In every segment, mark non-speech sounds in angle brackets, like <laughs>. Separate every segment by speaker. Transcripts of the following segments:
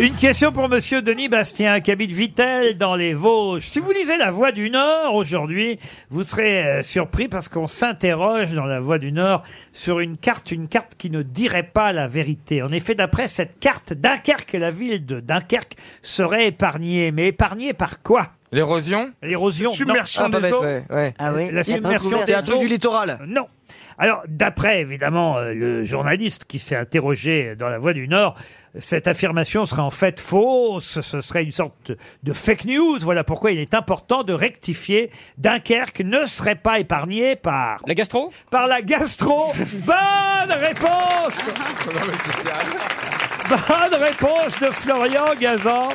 Speaker 1: Une question pour Monsieur Denis Bastien, qui habite Vittel dans les Vosges. Si vous lisez La Voix du Nord aujourd'hui, vous serez euh, surpris parce qu'on s'interroge dans La Voix du Nord sur une carte, une carte qui ne dirait pas la vérité. En effet, d'après cette carte, Dunkerque, la ville de Dunkerque, serait épargnée. Mais épargnée par quoi
Speaker 2: L'érosion
Speaker 1: L'érosion non.
Speaker 2: Submersion Ah, pas des bête, eaux ouais, ouais.
Speaker 3: Ah oui.
Speaker 1: La
Speaker 3: Il y a un
Speaker 1: submersion
Speaker 3: couvert- C'est un
Speaker 1: des
Speaker 3: truc
Speaker 1: eaux.
Speaker 3: du littoral.
Speaker 1: Non. Alors, d'après, évidemment, euh, le journaliste qui s'est interrogé dans La Voix du Nord, cette affirmation serait en fait fausse, ce serait une sorte de fake news. Voilà pourquoi il est important de rectifier. Dunkerque ne serait pas épargné par... La gastro Par la gastro. Bonne réponse Bonne réponse de Florian Gazan.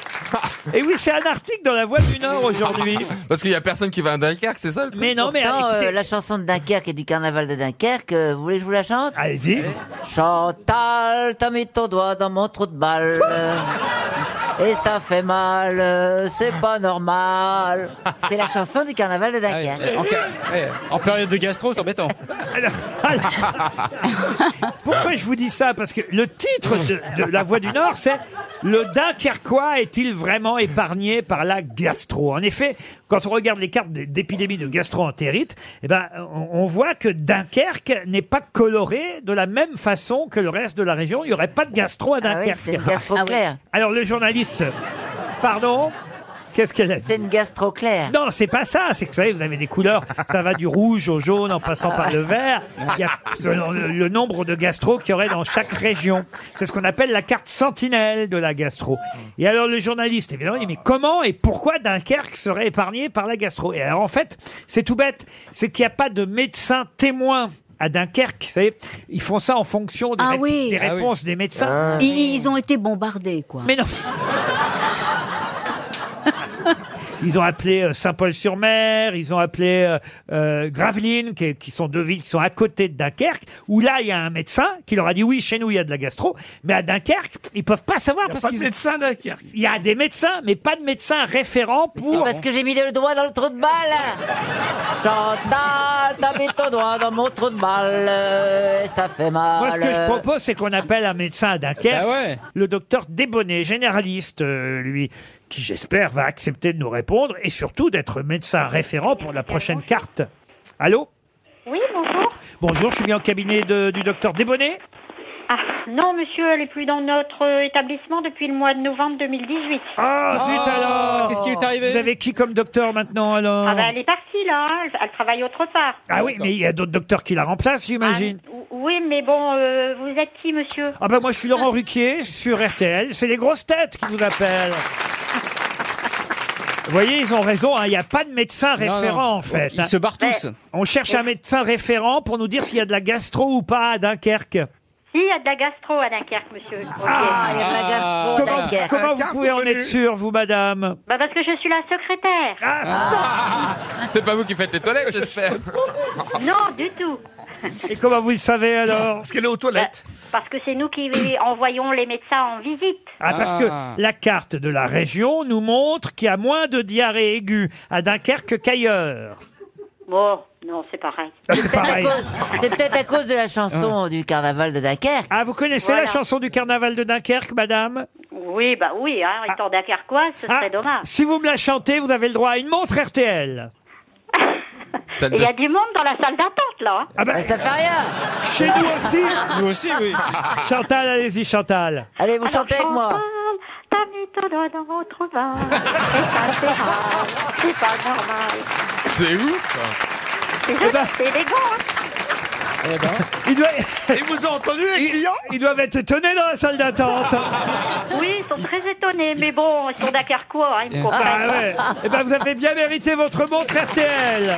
Speaker 1: Et oui, c'est un article dans La Voix du Nord aujourd'hui.
Speaker 2: Parce qu'il y a personne qui va à Dunkerque, c'est ça le truc
Speaker 1: Mais non, mais
Speaker 3: Ah. Pourtant, euh,
Speaker 1: écoutez-
Speaker 3: la chanson de Dunkerque et du carnaval de Dunkerque, euh, vous voulez que je vous la
Speaker 1: Ah.
Speaker 3: chante
Speaker 1: Allez-y.
Speaker 3: Chantal, t'as mis ton doigt dans mon trou
Speaker 1: <laughs>
Speaker 3: de balle. euh, Et ça fait mal, euh, c'est pas normal. C'est la chanson du
Speaker 1: Ah
Speaker 3: carnaval de Dunkerque.
Speaker 4: En, ca- ouais, en période de gastro, c'est embêtant.
Speaker 1: Pourquoi je vous dis ça Parce que le titre de, de La Voix du Nord, c'est Le Dunkerquois est-il vraiment épargné par la gastro En effet, quand on regarde les cartes d- d'épidémie de gastro-entérite, eh ben, on, on voit que Dunkerque n'est pas coloré de la même façon que le reste de la région. Il n'y aurait pas de gastro à
Speaker 3: Ah oui,
Speaker 1: Dunkerque. Ah
Speaker 3: c'est une gastro claire.
Speaker 1: Alors le journaliste, pardon, qu'est-ce qu'elle a dit
Speaker 3: C'est une gastro claire.
Speaker 1: non, c'est pas ça. C'est que vous savez, vous avez des couleurs. Ça va du rouge au jaune en passant par le vert. Il y a selon le, le nombre de gastro qu'il y aurait dans chaque région. C'est ce qu'on appelle la carte sentinelle de la gastro. Et alors le journaliste, évidemment, il dit mais comment et pourquoi Dunkerque serait épargné par la gastro Et alors en fait, c'est tout bête. C'est qu'il n'y a pas de médecin témoin. À Dunkerque, vous savez, ils font ça en fonction des,
Speaker 5: Ah
Speaker 1: ré-
Speaker 5: oui.
Speaker 1: des
Speaker 5: Ah
Speaker 4: oui.
Speaker 1: réponses des médecins.
Speaker 5: Ils, ils ont été bombardés, quoi.
Speaker 1: Mais non Ils ont appelé euh, Saint-Paul-sur-Mer, ils ont appelé euh, euh, Gravelines, qui, qui sont deux villes qui sont à côté de Dunkerque, où là, il y a un médecin qui leur a dit oui, chez nous, il y a de la gastro, mais à Dunkerque, ils peuvent pas savoir. parce qu'ils-
Speaker 6: médecin Dunkerque.
Speaker 1: Il y a des médecins, mais pas de médecin référent
Speaker 3: C'est
Speaker 1: pour.
Speaker 3: parce que j'ai mis le doigt dans le trou de balle. Chantal, t'as mis ton doigt dans mon trou de balle. euh, et ça fait mal.
Speaker 1: Moi, ce que je propose, c'est qu'on appelle un médecin à Dunkerque,
Speaker 4: Bah ouais.
Speaker 1: le docteur Débonnet, généraliste, euh, lui, qui j'espère va accepter de nous répondre et surtout d'être médecin référent pour la prochaine carte. Allô
Speaker 7: Oui, bonjour.
Speaker 1: Bonjour, je suis bien au cabinet de- du docteur Débonnet.
Speaker 7: Ah, non, monsieur, elle est plus dans notre euh, établissement depuis le mois de novembre 2018.
Speaker 1: Ah, zut alors
Speaker 4: Qu'est-ce qui lui est arrivé
Speaker 1: Vous avez qui comme docteur maintenant alors
Speaker 7: Ah, bah, elle est partie, là. hein. Elle, elle travaille autre part.
Speaker 1: Ah oui, mais il y a d'autres docteurs qui la remplacent, j'imagine.
Speaker 7: Ah, ou- oui, mais bon, euh, vous êtes qui, monsieur
Speaker 1: Ah ben moi je suis Laurent Ruquier sur RTL, c'est les grosses têtes qui vous appellent. Vous voyez, ils ont raison, hein, il n'y a pas de médecin
Speaker 4: Non, non.
Speaker 1: référent en fait. hein.
Speaker 4: Ils se barrent tous.
Speaker 1: On cherche un médecin référent pour nous dire s'il y a de la gastro ou pas à Dunkerque.
Speaker 7: Si, il y a de la gastro à Dunkerque, monsieur. Ok.
Speaker 3: Ah, il y a de la
Speaker 7: Oh,
Speaker 3: gastro à
Speaker 1: Comment,
Speaker 3: Dunkerque.
Speaker 1: comment vous pouvez en être sûr, vous, madame
Speaker 7: Bah, parce que je suis la secrétaire.
Speaker 2: C'est pas vous qui faites les toilettes, j'espère
Speaker 7: Non, du tout.
Speaker 1: Et comment vous le savez alors
Speaker 6: Parce qu'elle est aux toilettes.
Speaker 7: Parce que c'est nous qui envoyons les médecins en visite.
Speaker 1: Ah, parce
Speaker 4: Ah.
Speaker 1: que la carte de la région nous montre qu'il y a moins de diarrhée aiguë à Dunkerque qu'ailleurs.
Speaker 7: Bon, non, c'est pareil.
Speaker 1: Ah, C'est
Speaker 3: À
Speaker 1: pareil.
Speaker 3: cause- C'est peut-être à cause de la chanson du carnaval de Dunkerque.
Speaker 1: Ah, vous connaissez la
Speaker 7: Voilà.
Speaker 1: chanson du carnaval de Dunkerque, madame
Speaker 7: Oui, bah oui, hein, étant dunkerquoise, ce
Speaker 1: Ah,
Speaker 7: serait dommage.
Speaker 1: Si vous me la chantez, vous avez le droit à une montre RTL.
Speaker 2: Salle
Speaker 7: Et Il y
Speaker 2: de-
Speaker 7: a du monde dans la salle d'attente, là. hein.
Speaker 1: Ah ben,
Speaker 3: Ah, Ça fait rien.
Speaker 1: chez nous aussi
Speaker 4: Nous aussi, oui.
Speaker 1: <laughs> Chantal, allez-y, Chantal.
Speaker 3: Allez,
Speaker 7: Ah,
Speaker 3: vous chantez avec moi.
Speaker 7: Chantal, T'as mis ton doigt dans mon trou de balle, et ça fait mal. C'est pas normal.
Speaker 2: C'est ouf
Speaker 7: C'est
Speaker 1: Eh ben-
Speaker 7: joli, c'est élégant. hein.
Speaker 4: Eh ben,
Speaker 1: Ils doivent,
Speaker 6: Et vous avez entendu les clients
Speaker 1: ils doivent être étonnés dans la salle d'attente.
Speaker 7: Oui, ils sont très étonnés, mais bon, ils sont dunkerquois, hein, ils me comprennent.
Speaker 1: Ah ouais. Eh ben, vous avez bien mérité votre montre RTL.